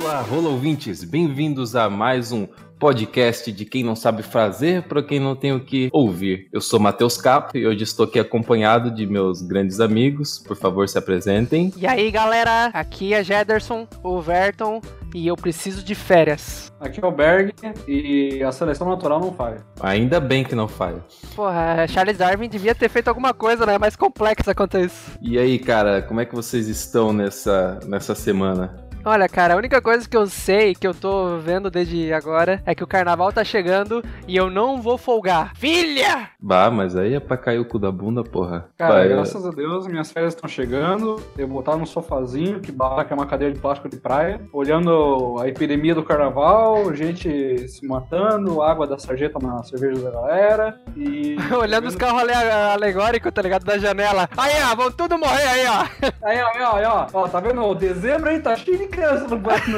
Olá, rola ouvintes, bem-vindos a mais um podcast de quem não sabe fazer para quem não tem o que ouvir. Eu sou Matheus Capo e hoje estou aqui acompanhado de meus grandes amigos. Por favor, se apresentem. E aí, galera, aqui é Jederson, o Verton, e eu preciso de férias. Aqui é o Berg e a seleção natural não falha. Ainda bem que não falha. Porra, Charles Darwin devia ter feito alguma coisa, né? Mais complexa quanto isso. E aí, cara, como é que vocês estão nessa, nessa semana? Olha, cara, a única coisa que eu sei, que eu tô vendo desde agora, é que o carnaval tá chegando e eu não vou folgar. Filha! Bah, mas aí é pra cair o cu da bunda, porra. Cara, Vai, graças a Deus, minhas férias estão chegando. Eu vou estar num sofazinho que barra que é uma cadeira de plástico de praia, olhando a epidemia do carnaval, gente se matando, água da sarjeta na cerveja da galera e. Olhando os carros ale alegóricos, tá ligado? Da janela. Aí, ó, vão tudo morrer aí, ó. Aí, ó, aí, ó, aí, ó, ó, tá vendo? O dezembro aí tá cheio de criança no Brasil.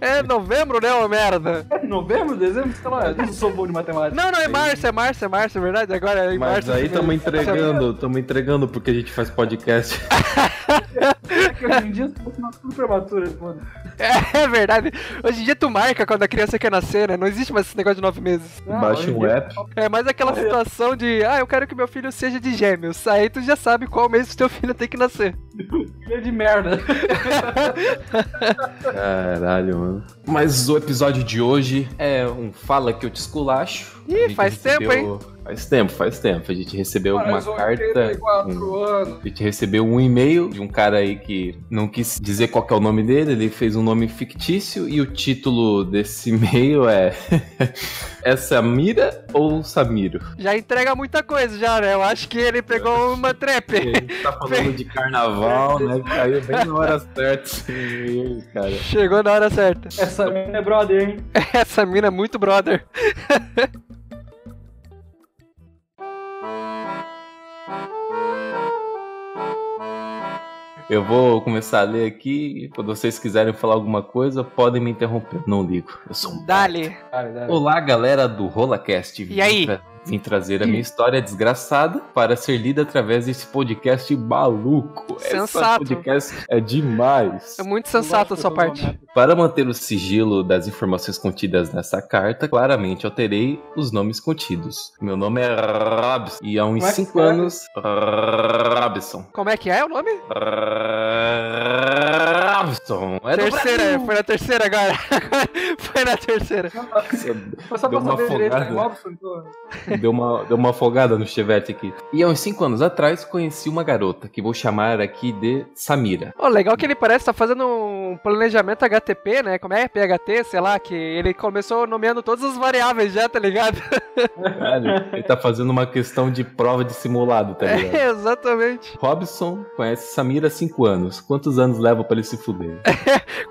É novembro, né, ô merda? É Novembro, dezembro, sei lá, eu não sou bom de matemática. Não, não, é março, é março, é março, é verdade? Agora é em Mas março. aí mesmo. estamos Tá entregando, estamos entregando porque a gente faz podcast. É que hoje em dia eu tô na prematura, mano. É verdade. Hoje em dia tu marca quando a criança quer nascer, né? Não existe mais esse negócio de nove meses. Ah, Baixa hoje em um dia- app. É mais aquela situação de, ah, eu quero que meu filho seja de gêmeos. Aí tu já sabe qual mês o teu filho tem que nascer. Filha é de merda. Caralho, mano. Mas o episódio de hoje é um Fala que eu te esculacho. Ih, A gente faz tempo, recebeu- Faz tempo, faz tempo. A gente recebeu uma Mas é carta. 84 um- anos. A gente recebeu um e-mail de um cara aí que não quis dizer qual que é o nome dele, ele fez um nome fictício e o título desse e-mail é É Samira ou Samiro? Já entrega muita coisa, já, né? Eu acho que ele pegou uma A trepe. gente tá falando de carnaval, né? Caiu bem na hora certa esse e-mail, cara. Chegou na hora certa. Essa mina é brother, hein? Essa mina é muito brother. Eu vou começar a ler aqui e quando vocês quiserem falar alguma coisa, podem me interromper. Não ligo. Eu sou um Dali. Cara, cara. Olá, galera do RolaCast. Vim E aí? tra- Vim trazer a minha história desgraçada para ser lida através desse podcast maluco. Sensato. Esse podcast é demais. É muito Eu sensato a gosto sua do parte. Leonardo. Para manter o sigilo das informações contidas nessa carta, claramente alterei os nomes contidos. Meu nome é Robson e há uns Como é que 5 escreve? anos, Robson. Como é que é o nome? Robson. É do terceira, Brasil. foi na terceira agora. foi na terceira. Foi só Deu pra uma saber direito, né? afogada. Robson, então. Deu uma, deu uma afogada no chevette aqui. E há uns 5 anos atrás conheci uma garota que vou chamar aqui de Samira. Ô, legal que ele parece estar fazendo um planejamento HTP, né? Como é? PHT, sei lá, que ele começou nomeando todas as variáveis já, tá ligado? Caralho, ele tá fazendo uma questão de prova de simulado, tá ligado? É, exatamente. Robson conhece Samira há 5 anos. Quantos anos leva pra ele se fuder?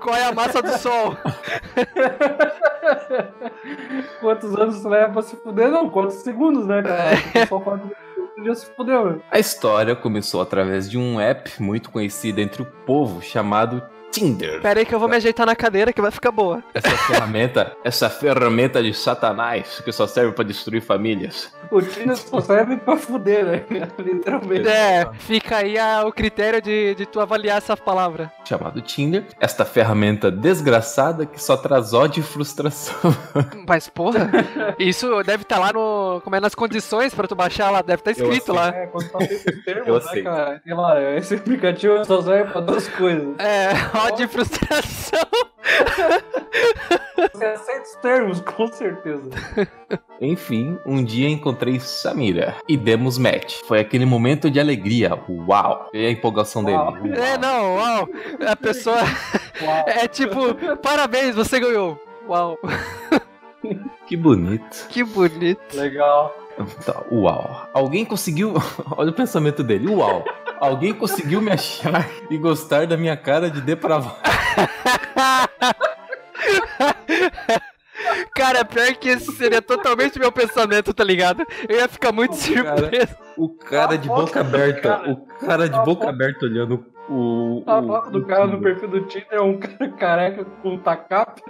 Qual é a massa do sol? Quantos anos você leva pra se fuder? Não, quantos segundos, né, cara? O pessoal fala que já se fudeu, né? A história começou através de um app muito conhecido entre o povo chamado Tinder. Pera aí que eu vou me ajeitar na cadeira que vai ficar boa. Essa ferramenta, essa ferramenta de satanás que só serve pra destruir famílias. O Tinder só serve pra fuder, né? Literalmente. É, fica aí a- o critério de, de tu avaliar essa palavra. Chamado Tinder, esta ferramenta desgraçada que só traz ódio e frustração. Mas, porra, isso deve estar lá no. Como é nas condições pra tu baixar lá, deve estar Eu escrito lá. É, quando tá feito os termos, Eu né, aceito. cara? Sei lá, esse aplicativo só serve pra duas coisas. É, ódio e frustração. Você aceita os termos, com certeza. Enfim, um dia encontrei Samira e demos match. Foi aquele momento de alegria. Uau! E a empolgação dele. Uau. Uau. É, não, uau. A pessoa. Uau. É tipo, parabéns, você ganhou. Uau, Que bonito. que bonito. Legal. Tá, uau. Alguém conseguiu. Olha o pensamento dele. Uau. Alguém conseguiu me achar e gostar da minha cara de depravado. Cara, pior que esse seria totalmente meu pensamento, tá ligado? Eu ia ficar muito Cara. surpreso. O cara de boca aberta. O cara de boca aberta olhando. O, A o- foto Ah, do o cara no Tinder. perfil do Tinder é um cara careca com tacap.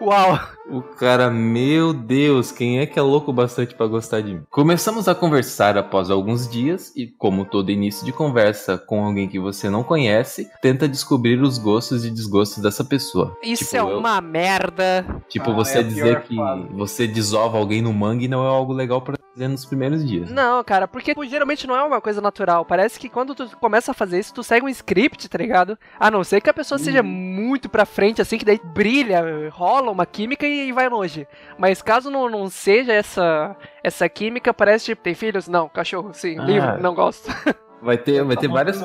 Uau! O cara, meu Deus, quem é que é louco bastante pra gostar de mim? Começamos a conversar após alguns dias e, como todo início de conversa com alguém que você não conhece, tenta descobrir os gostos e desgostos dessa pessoa. Isso Tipo, é eu- uma merda. Tipo, Ah, você é a dizer pior que fase. você desova alguém no mangue não é algo legal pra dizer nos primeiros dias. Não, cara, porque tipo, geralmente não é uma coisa natural. Parece que quando tu começa a fazer isso, tu segue um script, tá ligado? A não ser que a pessoa Uhum. seja muito pra frente, assim, que daí brilha, rola uma química e, e vai longe. Mas caso não, não seja essa essa química, parece tipo, tem filhos? Não, cachorro, sim, Ah. livro, não gosto. Vai ter, vai Tá ter várias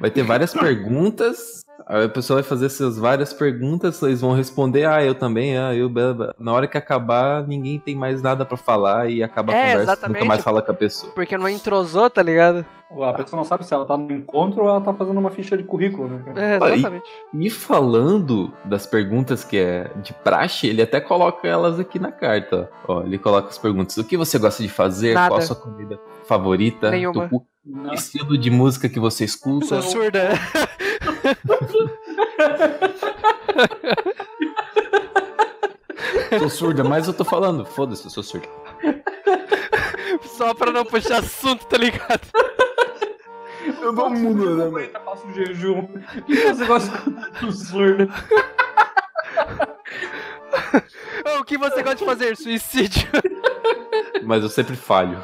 Vai ter várias perguntas. aí A pessoa vai fazer essas várias perguntas, eles vão responder, ah, eu também, ah, eu. blá, blá. Na hora que acabar, ninguém tem mais nada pra falar e acaba a É, conversa, exatamente. nunca mais fala com a pessoa. Porque não entrosou, tá ligado? A pessoa não sabe se ela tá no encontro ou ela tá fazendo uma ficha de currículo, né? cara? É, Aí- exatamente. E falando das perguntas que é de praxe, ele até coloca elas aqui na carta. ó. Ó, ele coloca as perguntas: o que você gosta de fazer? Nada. Qual a sua comida favorita? Teu Nenhuma. cu- Não. Estilo de música que você escuta? Sou surda. Sou surda, mas eu tô falando, foda-se, eu sou surda. Só pra não puxar assunto, tá ligado? Eu não mudo, né, mano? Eu faço jejum. O que você gosta do surdo? O que você gosta de fazer? Suicídio. Mas eu sempre falho.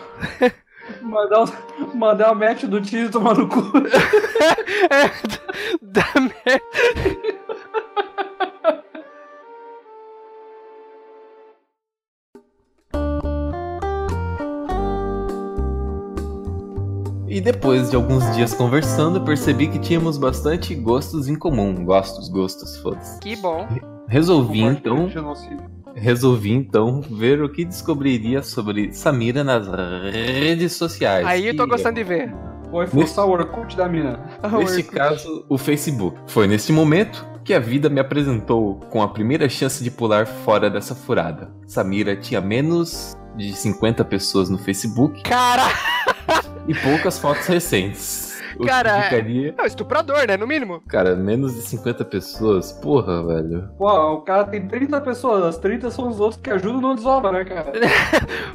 Mandar, os- mandar a match do Tinder tomar no cu. É, da merda. E depois de alguns dias conversando, percebi que tínhamos bastante gostos em comum. Gostos, gostos, foda-se. Que bom. Resolvi então, Genocídio. resolvi então ver o que descobriria sobre Samira nas redes sociais. Aí eu tô que- gostando de ver. Foi forçar o Orkut da mina. Neste caso, o Facebook. Foi neste momento que a vida me apresentou com a primeira chance de pular fora dessa furada. Samira tinha menos de 50 pessoas no Facebook Cara, e poucas fotos recentes. O que Cara, indicaria- é um estuprador, né? No mínimo. Cara, menos de 50 pessoas? Porra, velho. Pô, o cara tem 30 pessoas, as 30 são os outros que ajudam não desova, né, cara?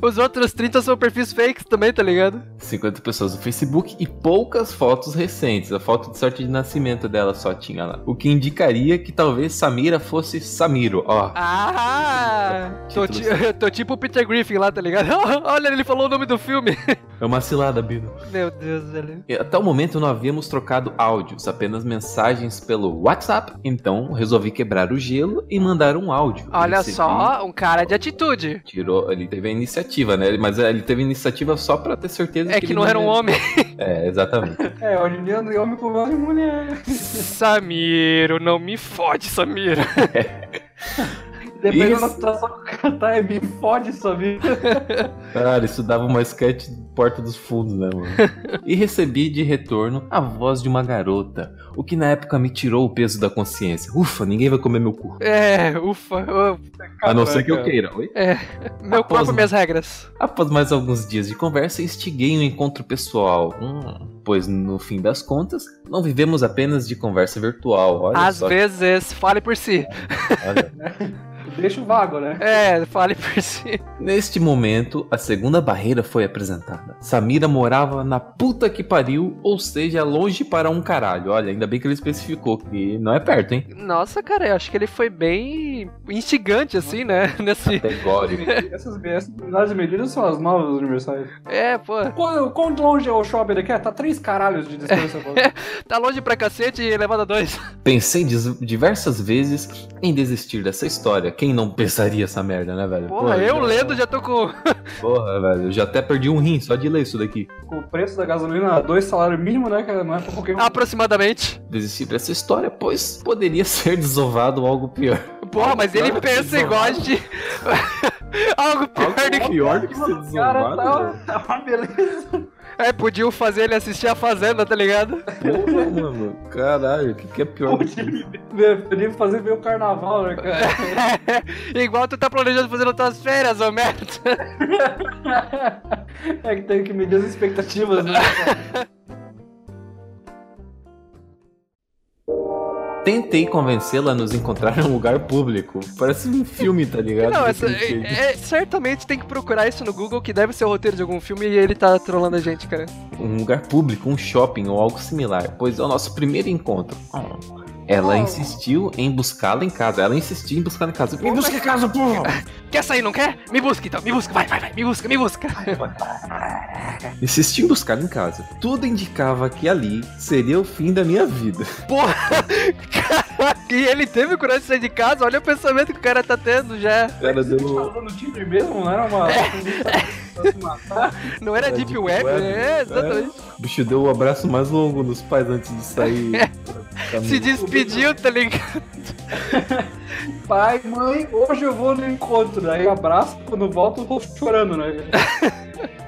Os outros 30 são perfis fakes também, tá ligado? 50 pessoas no Facebook e poucas fotos recentes. A foto de sorte de nascimento dela só tinha lá. O que indicaria que talvez Samira fosse Samiro. Ó, Ah! Tô, ti- tô tipo o Peter Griffin lá, tá ligado? Olha, ele falou o nome do filme. é uma cilada, Bino. Meu Deus, velho. E Até o momento não havíamos trocado áudios, apenas mensagens pelo WhatsApp. Então resolvi quebrar o gelo e mandar um áudio. Olha Recebi- só, um cara de atitude. Tirou, ele teve a iniciativa, né? Ele- Mas ele teve a iniciativa só pra ter certeza É que que ele não era um homem. É, exatamente. É, hoje em dia eu me converso em é mulher. Samiro, não me fode, Samiro. Dependendo Isso. da situação que o cara tá, é me fode essa vida. Caralho, isso dava uma sketch de Porta dos Fundos, né, mano? e recebi de retorno a voz de uma garota, o que na época me tirou o peso da consciência. Ufa, ninguém vai comer meu cu. É, ufa. ô, A não ser que eu Caraca. queira, oi? Meu corpo, Aposto. minhas regras. Após mais alguns dias de conversa, instiguei um encontro pessoal. Hum, pois no fim das contas, não vivemos apenas de conversa virtual. Olha Às só, vezes, fale por si. olha. Deixa o vago, né? É, fale por si. Neste momento, a segunda barreira foi apresentada. Samira morava na puta que pariu, ou seja, longe para um caralho. Olha, ainda bem que ele especificou que não é perto, hein? Nossa, cara, eu acho que ele foi bem instigante, assim, né? Nesse... Categórico. Essas BS, unidades medidas são as novas universais. É, pô. Quão, quão longe é o shopping daqui? Ah, tá três caralhos de distância. pô. Tá longe pra cacete e levada dois. Pensei dis- diversas vezes em desistir dessa história. Quem não pensaria essa merda, né, velho? Porra, eu já- lendo já tô com. Porra, velho. Eu já até perdi um rim só de ler isso daqui. Com o preço da gasolina, dois salários mínimos, né, cara? Não é pra qualquer Ah, um. Aproximadamente. Desistir dessa história, pois poderia ser desovado algo pior. Porra, mas ele Cara, pensa que igual de. Algo pior do que. pior do que O cara tá, tá uma beleza. É, podiam fazer ele assistir a Fazenda, tá ligado? Porra, mano. Caralho, o que, que é pior do que isso? Podia fazer meio carnaval, né, cara? igual tu tá planejando fazer nas tuas férias, ô merda. É que tem que medir as expectativas, né? Tentei convencê-la a nos encontrar em um lugar público. Parece um filme, tá ligado? Não, Desse essa- jeito. é- é- certamente tem que procurar isso no Google, que deve ser o roteiro de algum filme e ele tá trolando a gente, cara. um lugar público, um shopping ou algo similar, pois é o nosso primeiro encontro. Oh. Ela insistiu em buscá-la em casa. Ela insistiu em buscá-la em casa. Me busca em casa, porra! Quer sair, não quer? Me busca então, me busca, vai, vai, vai, me busca, me busca. Insisti em buscá-la em casa. Tudo indicava que ali seria o fim da minha vida. Porra! Caraca, e ele teve coragem de sair de casa? Olha o pensamento que o cara tá tendo já. Ela A gente falou no Tinder mesmo, não era uma. pra se matar. Não era Era Deep, Deep Web? Web, né? É, exatamente. O bicho deu o abraço mais longo nos pais antes de sair. É. Se despediu, tá ligado? Pai, mãe, hoje eu vou no encontro. Aí abraço, quando volto, eu tô chorando, né?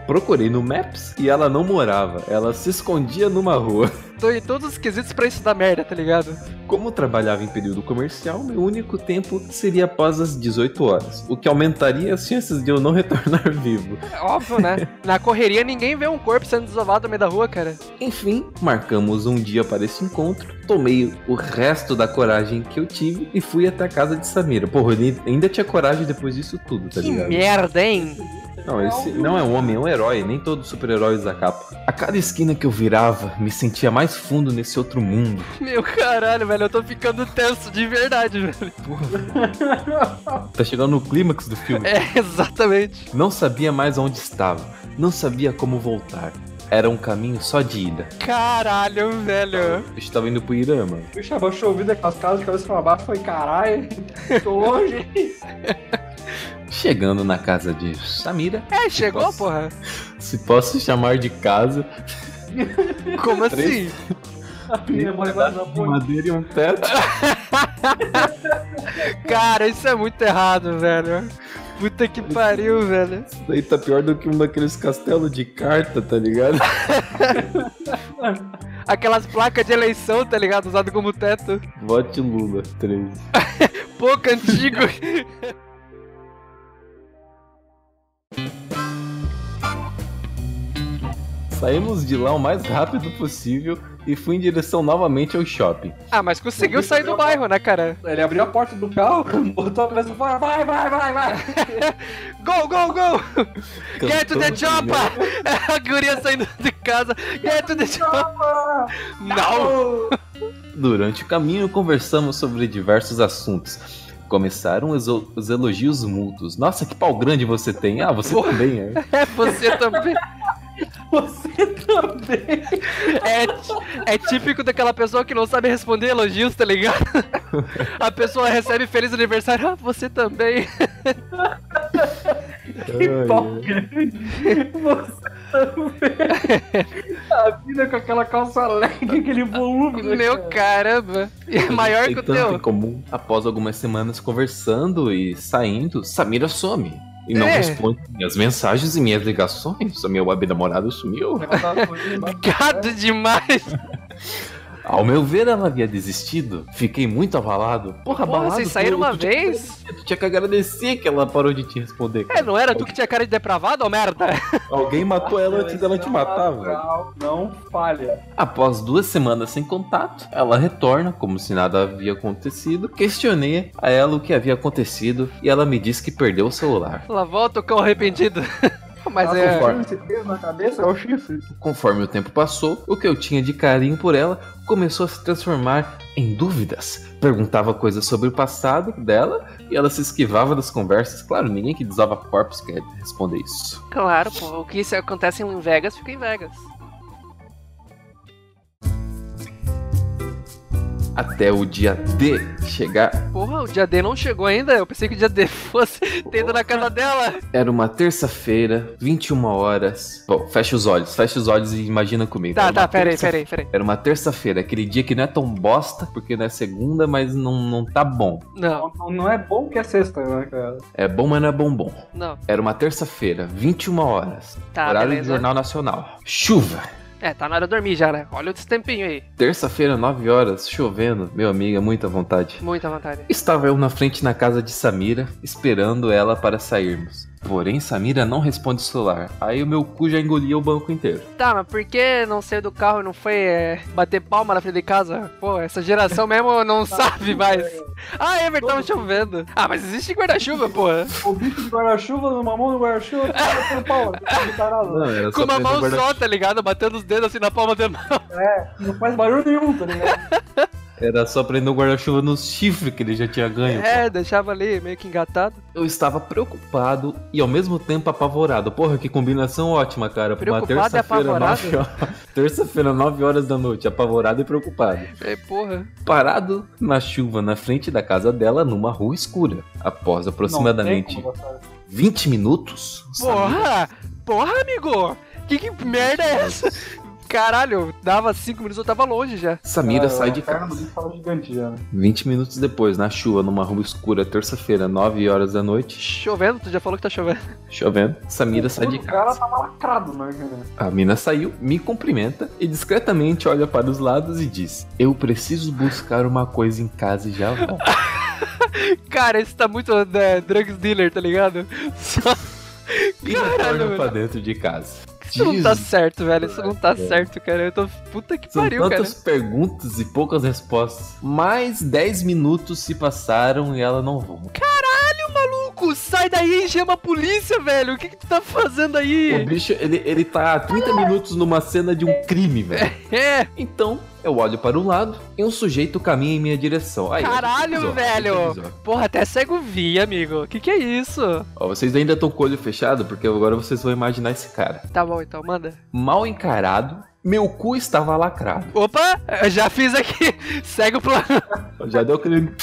Procurei no Maps e ela não morava. Ela se escondia numa rua. Tô em todos os quesitos pra isso dar merda, tá ligado? Como eu trabalhava em período comercial, meu único tempo seria após as 18 horas, o que aumentaria as chances de eu não retornar vivo. É óbvio, né? Na correria ninguém vê um corpo sendo desovado no meio da rua, cara. Enfim, marcamos um dia para esse encontro, tomei o resto da coragem que eu tive e fui até a casa de Samira. Porra, ele ainda tinha coragem depois disso tudo, tá Que ligado? merda, hein? Não, esse não é um homem, é um herói, nem todos os super-heróis da capa. A cada esquina que eu virava, me sentia mais fundo nesse outro mundo. Meu caralho, velho, eu tô ficando tenso de verdade, velho. Ah. Tá chegando no clímax do filme. É, exatamente. Não sabia mais onde estava, não sabia como voltar. Era um caminho só de ida. Caralho, velho. Eu estava indo pro Irama. Bicho, abaixou o vidro daquelas casas, cabeça pra baixo, falei, caralho, tô longe. Chegando na casa de Samira, É, chegou, posso- porra. se posso chamar de casa, Como assim? Três- A menina mora embaixo da de ponte. madeira e um teto. Cara, isso é muito errado, velho. Puta que pariu, velho. Isso daí tá pior do que um daqueles castelos de carta, tá ligado? Aquelas placas de eleição, tá ligado? Usado como teto. Vote Lula, 13. Pouco antigo. Saímos de lá o mais rápido possível e fui em direção novamente ao shopping. Ah, mas conseguiu sair do bairro, né, cara? Ele abriu a porta do carro, botou a cabeça fora, vai, vai, vai, vai. Go, go, go! Get to the Cantando primeiro. chopper! A guria saindo de casa. Get to the chopper! Não! Durante o caminho, conversamos sobre diversos assuntos. Começaram os, os elogios mútuos. Nossa, que pau grande você tem. Ah, você também é. É você também. Você também. É, ti- é típico daquela pessoa que não sabe responder elogios, tá ligado? A pessoa recebe feliz aniversário, ah, você também. Ai, Que pau grande. Você também. A vida com aquela calça leg, aquele volume. né, Meu cara? caramba. E é maior tem que o tanto em teu. comum. Após algumas semanas conversando e saindo, Samira some. E não É. responde minhas mensagens e minhas ligações. A minha web namorada sumiu. Ela tava correndo embaixo do carro. Gado demais. Ao meu ver, ela havia desistido. Fiquei muito abalado. Porra, Porra, abalado. vocês saíram tu- uma tu tinha que vez? agradecer, Tu tinha que agradecer que ela parou de te responder. É, não era tu que tinha cara de depravado, ô merda? Alguém matou ela antes dela te matar, velho. é Natural, Não falha. Após duas semanas sem contato, ela retorna como se nada havia acontecido. Questionei a ela o que havia acontecido e ela me disse que perdeu o celular. Lá volta o cão arrependido. Mas Ela é. com chifre, esse peso na cabeça é o chifre. Conforme o tempo passou, o que eu tinha de carinho por ela começou a se transformar em dúvidas. Perguntava coisas sobre o passado dela e ela se esquivava das conversas. Claro, ninguém que desava corpos quer responder isso. Claro, pô. O que isso acontece em Vegas fica em Vegas. Até o dia D chegar Porra, o dia D não chegou ainda. Eu pensei que o dia D fosse tendo na casa dela. Era uma terça-feira, 21 horas. Bom, fecha os olhos, fecha os olhos e imagina comigo. Tá, Era tá, uma peraí, terça- peraí, peraí. Era uma terça-feira, aquele dia que não é tão bosta, porque não é segunda, mas não, não tá bom. Não, Não, não é bom que é sexta, né, cara? É bom, mas não é bom bom. não. Era uma terça-feira, 21 horas. Tá, horário do beleza. Jornal Nacional. Chuva. É, tá na hora de dormir já, né? Olha o destempinho aí. Terça-feira, 9 horas, chovendo. Meu amigo, é muita vontade. Muita vontade. Estava eu na frente na casa de Samira, esperando ela para sairmos. Porém, Samira não responde o celular. Aí o meu cu já engolia o banco inteiro. Tá, mas por que não saiu do carro e não foi é, bater palma na frente de casa? Pô, essa geração mesmo não sabe mais. Ah, Everton, tava chovendo. Ah, mas existe guarda-chuva, porra. O bicho de guarda-chuva, numa mão do guarda-chuva, cara, pelo pau. Não tá nada. era Com uma apenas um mão guarda- só, tá ligado? Batendo os dedos assim na palma da mão. É, não faz barulho nenhum, tá ligado? Era só prender o guarda-chuva no chifre que ele já tinha ganho. É, deixava ali meio que engatado. Eu estava preocupado e ao mesmo tempo apavorado. Porra, que combinação ótima, cara. pra Uma Preocupado e terça-feira, apavorado? 9 horas. Terça-feira, 9 horas da noite. Apavorado e preocupado. É, porra. Parado na chuva na frente da casa dela, numa rua escura. Após Não aproximadamente tem como gostar. 20 minutos. Samira- Porra! Porra, amigo! Que, que merda é essa? Caralho, dava cinco minutos, eu tava longe já. Samira Ah, sai a de perna do casa. bicho tava gigante já. né? 20 minutos depois, na chuva, numa rua escura, terça-feira, 9 horas da noite, Chovendo, tu já falou que tá chovendo. chovendo, Samira sai de O cara casa. tava lacrado, né, cara? A mina saiu, me cumprimenta e discretamente olha para os lados e diz: Eu preciso buscar uma coisa em casa e já volto. Cara, esse tá muito né, drugs dealer, tá ligado? Só E Caralho, retorna mano. pra dentro de casa. isso não tá Jesus, certo, velho. Isso não tá Cara. certo, cara. Eu tô. Puta que São pariu, cara. tantas perguntas e poucas respostas. Mais 10 minutos se passaram e ela não volta. Maluco, sai daí e chama a polícia, velho. O que, que tu tá fazendo O aí? bicho, ele, ele tá há 30 minutos numa cena de um crime, velho. É, Então, eu olho para um lado e um sujeito caminha em minha direção. Aí, Caralho, avisou, velho. avisou. porra, até cego via, amigo. Que que é isso? Ó, vocês ainda estão com o olho fechado, porque agora vocês vão imaginar esse cara. Tá bom, então, manda. Mal encarado, meu cu estava lacrado. Opa, eu já fiz aqui. Segue o plano. Já deu aquele.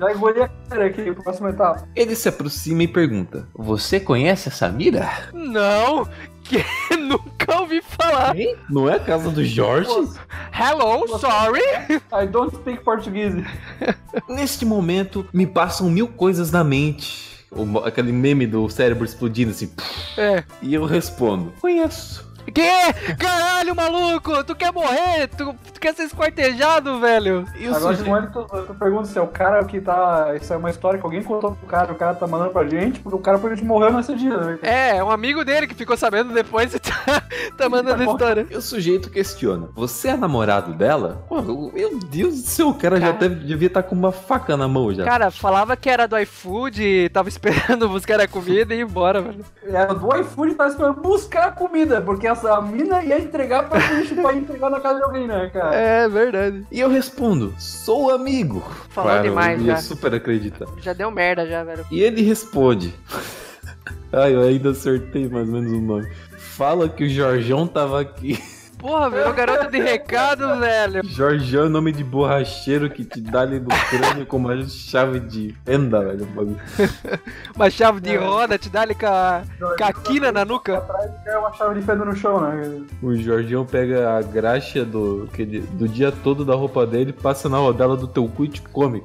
Já engoli a cara aqui, próxima etapa. Ele se aproxima e pergunta: Você conhece a Samira? Não, que nunca ouvi falar. Hein? Não é a casa do Jorge? Hello, sorry. I don't speak português. Neste momento, me passam mil coisas na mente. O mo- aquele meme do cérebro explodindo assim. É. E eu respondo: Conheço. Que? Caralho, maluco, tu quer morrer? Tu, tu quer ser esquartejado, velho? E o Agora de suje- momento eu eu pergunto se é o cara que tá. Isso é uma história que alguém contou pro cara, o cara tá mandando pra gente, porque o cara por gente morreu nesse dia, né? É, é um amigo dele que ficou sabendo depois e tá, tá mandando história. e o sujeito questiona: Você é namorado dela? Pô, eu- meu Deus do céu, o cara, já Cara. deve- devia estar com uma faca na mão já. Cara, falava que era do iFood, tava esperando buscar a comida e ir embora, velho. Era É, do iFood tava esperando buscar a comida, porque essa mina ia entregar pra bicho pra entregar na casa de alguém, né, cara? É, verdade. E eu respondo, sou amigo. Falou demais, eu já. ia super acreditar. Já deu merda já, velho. E ele responde. Ai, eu ainda acertei mais ou menos o nome. Fala que o Jorjão tava aqui. Porra, velho, o garoto de recado, velho. Jorjão é nome de borracheiro que te dá ali no crânio com uma chave de fenda, velho. o bagulho. Uma chave de roda, te dá ali com a, com a quina na nuca. Atrás é uma chave de pedra no chão, né? O Jorjão pega a graxa do, que ele- do dia todo da roupa dele, passa na rodela do teu cu e te come.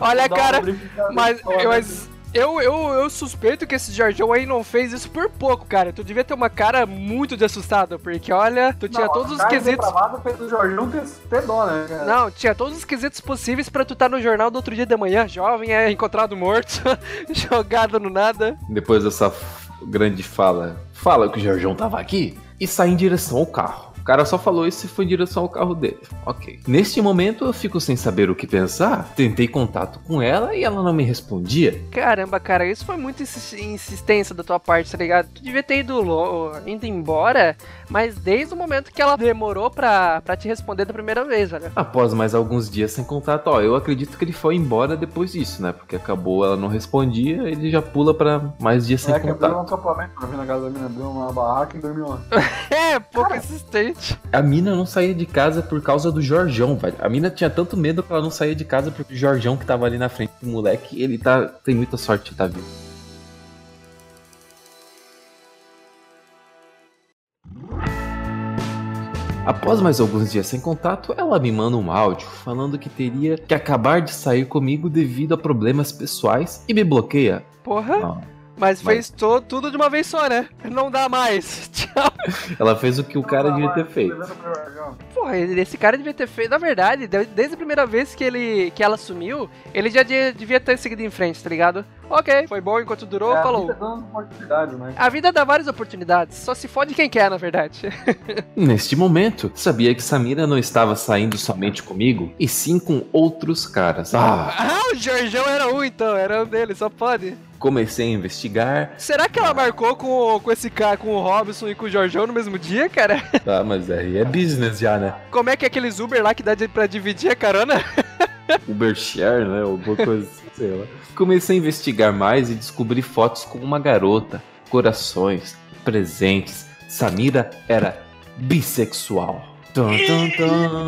Olha, Dá um cara, uma verificada mas, na história, mas eu, eu, eu suspeito que esse Jorjão aí não fez isso por pouco, cara. Tu devia ter uma cara muito de assustado, porque olha, tu tinha Não, todos a os carne quesitos. depravada fez o Jorginho ter, ter dó, né, cara? Não, tinha todos os quesitos possíveis pra tu estar no jornal do outro dia de manhã. Jovem é encontrado morto, jogado no nada. Depois dessa f- grande fala, fala que o Jorjão tava aqui e sai em direção ao carro. O cara só falou isso e foi em direção ao carro dele. Ok. Neste momento eu fico sem saber o que pensar. Tentei contato com ela e ela não me respondia. Caramba, cara, isso foi muita insis- insistência da tua parte, tá ligado? Tu devia ter ido, lo- indo embora, mas desde o momento que ela demorou pra, pra te responder da primeira vez, velho. Após mais alguns dias sem contato, ó, eu acredito que ele foi embora depois disso, né? Porque acabou, ela não respondia, ele já pula pra mais dias sem É que abriu um contato. acampamento pra vir na casa da mina, abriu uma barraca e dormiu lá. É, pouco insistente. A mina não saía de casa por causa do Jorjão, velho. A mina tinha tanto medo que ela não saía de casa porque o Jorjão que tava ali na frente do moleque, ele tá tem muita sorte de tá vivo. Após mais alguns dias sem contato, ela me manda um áudio falando que teria que acabar de sair comigo devido a problemas pessoais e me bloqueia. Porra. Não. Mas Mas- fez to- tudo de uma vez só, né? Não dá mais. Tchau. Ela fez o que o cara devia ter feito. Porra, ele- esse cara devia ter feito. Na verdade, de- desde a primeira vez que ele que ela sumiu, ele já de- devia ter seguido em frente, tá ligado? ok, foi bom enquanto durou, É, falou. A vida dando oportunidades, né? A vida dá várias oportunidades, só se fode quem quer, na verdade. Neste momento, sabia que Samira não estava saindo somente comigo, e sim com outros caras. Ah, Ah, o Jorjão era um então, era um dele, só pode. comecei a investigar. Será que ela marcou com, o- com esse cara, com o Robson e com o Jorjão no mesmo dia, cara? Ah, mas aí é business já, né? Como é que é aqueles Uber lá que dá de- pra dividir a carona? Uber share, né? Alguma coisa, assim, sei lá. Comecei a investigar mais e descobri fotos com uma garota, corações, presentes. Samira era bissexual. Tum, tum,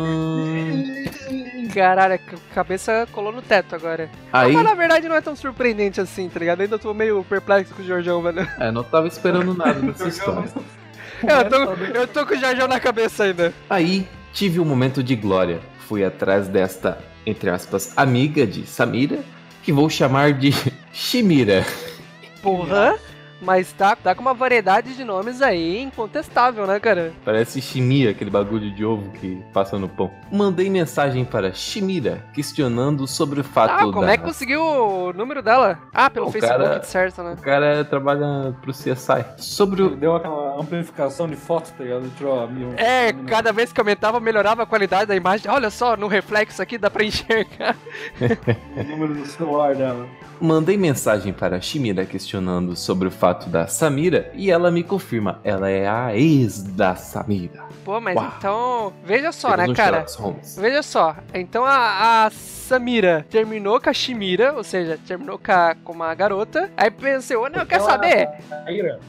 tum. Caralho, a cabeça colou no teto agora. Aí, Mas na verdade não é tão surpreendente assim, tá ligado? Ainda tô meio perplexo com o Jorjão, velho. eu não tava esperando nada dessa história. Eu tô, eu tô com o Jorjão na cabeça ainda. Aí tive um momento de glória. Fui atrás desta, entre aspas, amiga de Samira, que vou chamar de Shimira. Porra, mas tá, tá com uma variedade de nomes aí incontestável, né, cara? Parece Shimia, aquele bagulho de ovo que passa no pão. Mandei mensagem para Shimira, questionando sobre o Ah, fato como da... é que conseguiu o número dela? Ah, pelo O Facebook, cara- certo, né? O cara trabalha pro CSI. Sobre Ele o... deu aquela amplificação de fotos, tá ligado? Ele tirou a minha. É, cada vez que aumentava, melhorava a qualidade da imagem. Olha só, no reflexo aqui dá pra enxergar. O número do celular dela. Mandei mensagem para Shimira, questionando sobre o fato da Samira, e ela me confirma, ela é a ex da Samira. Pô, mas Uau. então. Veja só, Temos né, um cara? Sherlock Holmes. Veja só, então a, a Samira terminou com a Shimira, ou seja, terminou com, a- com uma garota. Aí pensou, não, quer Ela- saber? Aira.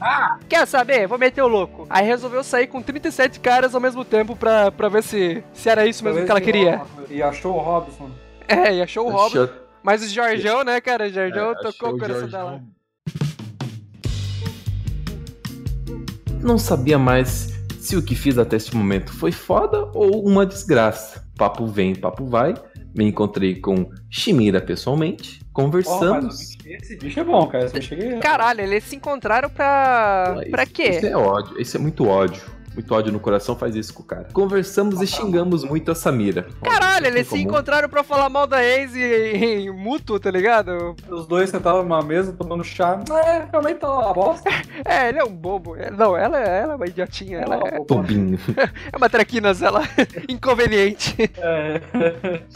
Quer saber? Vou meter o louco. Aí resolveu sair com 37 caras ao mesmo tempo pra, pra ver se, se era isso mesmo que ela queria. E achou o Robson. É, e achou o Robson. Achou- Mas o Jorjão, né, cara? O Jorjão É, tocou achou o o coração Jorjão. dela. Não sabia mais se o que fiz até este momento foi foda ou uma desgraça. Papo vem, papo vai. Me encontrei com Shimira pessoalmente, Porra, mas conversamos. o bicho- esse bicho é bom, cara. Esse bicho aqui- Caralho, eles se encontraram pra. Mas pra Isso quê? é ódio, isso é muito ódio. Muito ódio no coração faz isso com o cara. Tá, Conversamos e xingamos muito a Samira. Caralho, Óbvio, eles se tem comum. encontraram pra falar mal da ex e, e, e mútuo, tá ligado? Os dois sentavam numa mesa tomando chá. É, realmente tá uma bosta. É, ele é um bobo. É, Não, ela, ela é uma idiotinha. Ela é, Tobinho. é uma traquinas, ela inconveniente. É,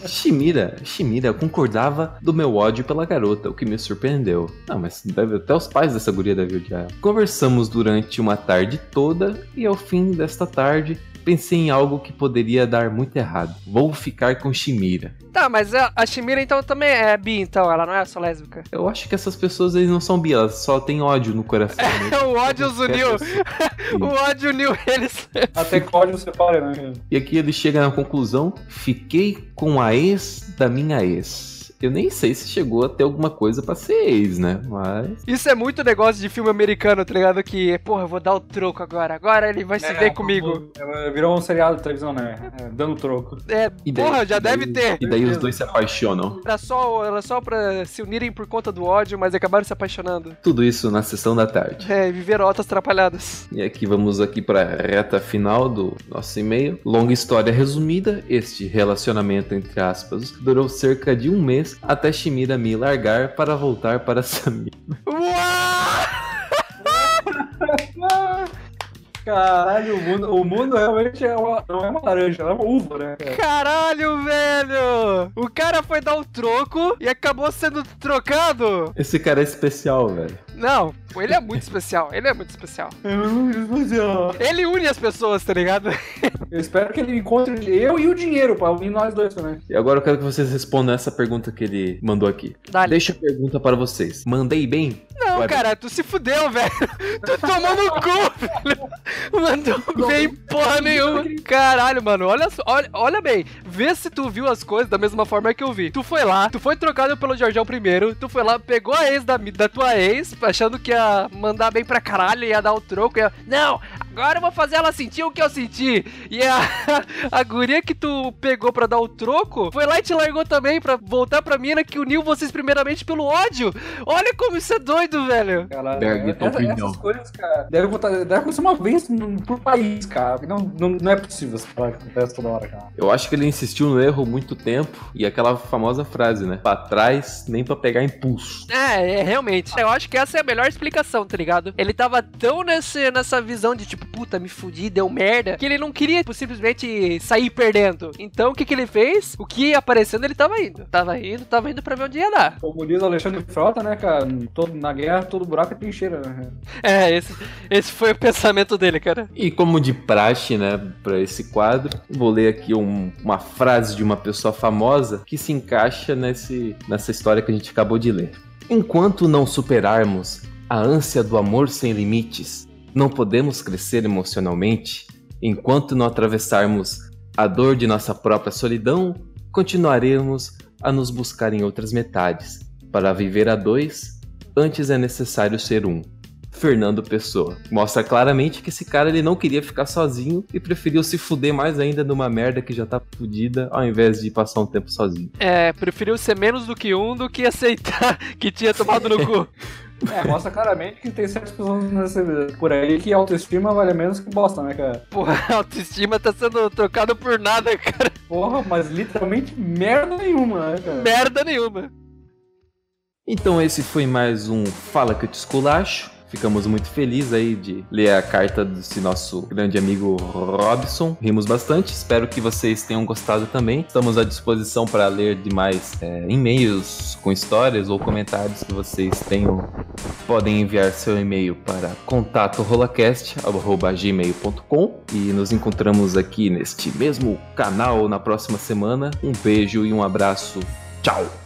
Shimira, Shimira concordava do meu ódio pela garota, o que me surpreendeu. Não, mas deve- até os pais dessa guria devem odiar. ela. Conversamos durante uma tarde toda e ao fim desta tarde pensei em algo que poderia dar muito errado. Vou ficar com Shimira. Tá, mas a, a Shimira então também é bi, então, ela não é só lésbica. Eu acho que essas pessoas eles não são bi, elas só têm ódio no coração. né? É, O um ódio os uniu. O Sim. ódio uniu eles. Até que ódio separa, né? cara? E aqui ele chega na conclusão: fiquei com a ex da minha ex. Eu nem sei se chegou a ter alguma coisa pra ser ex, né? Mas Isso é muito negócio de filme americano, tá ligado? Que, porra, eu vou dar o troco agora. Agora ele vai se É, ver comigo. Ela Virou um seriado de televisão, né? É, dando troco. É, E daí- porra, já e daí- deve ter. E daí os dois se apaixonam. Era só, era só pra se unirem por conta do ódio, mas acabaram se apaixonando. Tudo isso na sessão da tarde. É, e viveram altas atrapalhadas. E aqui vamos aqui para reta final do nosso e-mail. Longa história resumida, este relacionamento entre aspas durou cerca de um mês até Shimira me largar para voltar para Samira. Uau! Caralho, o mundo, o mundo realmente é uma, não é uma laranja, ela é uma uva, né? cara? Caralho, velho! O cara foi dar o troco e acabou sendo trocado! Esse cara é especial, velho. Não, pô, ele é muito especial, ele é muito especial. Eu Ele une as pessoas, tá ligado? espero que ele encontre eu e o dinheiro pra unir nós dois também. E agora eu quero que vocês respondam essa pergunta que ele mandou aqui. Dá-lhe. Deixa a pergunta para vocês. Mandei bem? Não, Vai, cara, tu se fudeu, velho. Tu tomou no cu, velho. Mandou bem porra nenhuma. Caralho, mano, olha, só- olha, olha bem. Vê se tu viu as coisas da mesma forma que eu vi. Tu foi lá, tu foi trocado pelo Jorjão primeiro, tu foi lá, pegou a ex da, mi- da tua ex, achando que ia mandar bem pra caralho, ia dar o um troco, ia... Não, Agora eu vou fazer ela sentir o que eu senti. E a, a guria que tu pegou pra dar o troco foi lá e te largou também pra voltar pra mina que uniu vocês primeiramente pelo ódio. Olha como isso é doido, velho. Cara, Berg, é- tua essa- opinião. essas coisas, cara, deve, botar, deve acontecer uma vez no- por país, cara. Não, não, não é possível essa parada que acontece toda hora, cara. Eu acho que ele insistiu no erro muito tempo e aquela famosa frase, né? Pra trás nem pra pegar impulso. É, é, realmente. Eu acho que essa é a melhor explicação, tá ligado? Ele tava tão nesse, nessa visão de tipo, puta, me fudi, deu merda, que ele não queria tipo, simplesmente sair perdendo. Então o que que ele fez? O que ia aparecendo, ele tava indo. Tava indo, tava indo pra ver onde ia dar. Como diz o Alexandre Frota, né, cara? Todo, na guerra, todo buraco é trincheira, né? É, esse, esse foi o pensamento dele, cara. E como de praxe, né, pra esse quadro, vou ler aqui um- uma frase de uma pessoa famosa que se encaixa nesse, nessa história que a gente acabou de ler. Enquanto não superarmos a ânsia do amor sem limites, não podemos crescer emocionalmente. Enquanto não atravessarmos a dor de nossa própria solidão, continuaremos a nos buscar em outras metades. Para viver a dois, antes é necessário ser um. Fernando Pessoa. Mostra claramente que esse cara ele não queria ficar sozinho e preferiu se fuder mais ainda numa merda que já tá fudida ao invés de passar um tempo sozinho. É, preferiu ser menos do que um do que aceitar que tinha tomado no cu. É, mostra claramente que tem certas pessoas nessa- por aí que autoestima vale menos que bosta, né, cara? Porra, a autoestima tá sendo trocada por nada, cara. Porra, mas literalmente merda nenhuma, né, cara? Merda nenhuma. Então esse foi mais um Fala que eu te esculacho. Ficamos muito felizes aí de ler a carta desse nosso grande amigo Robson. Rimos bastante. Espero que vocês tenham gostado também. Estamos à disposição para ler demais é, e-mails com histórias ou comentários que vocês tenham Podem enviar seu e-mail para contatorolacast.gmail.com e nos encontramos aqui neste mesmo canal na próxima semana. Um beijo e um abraço. Tchau!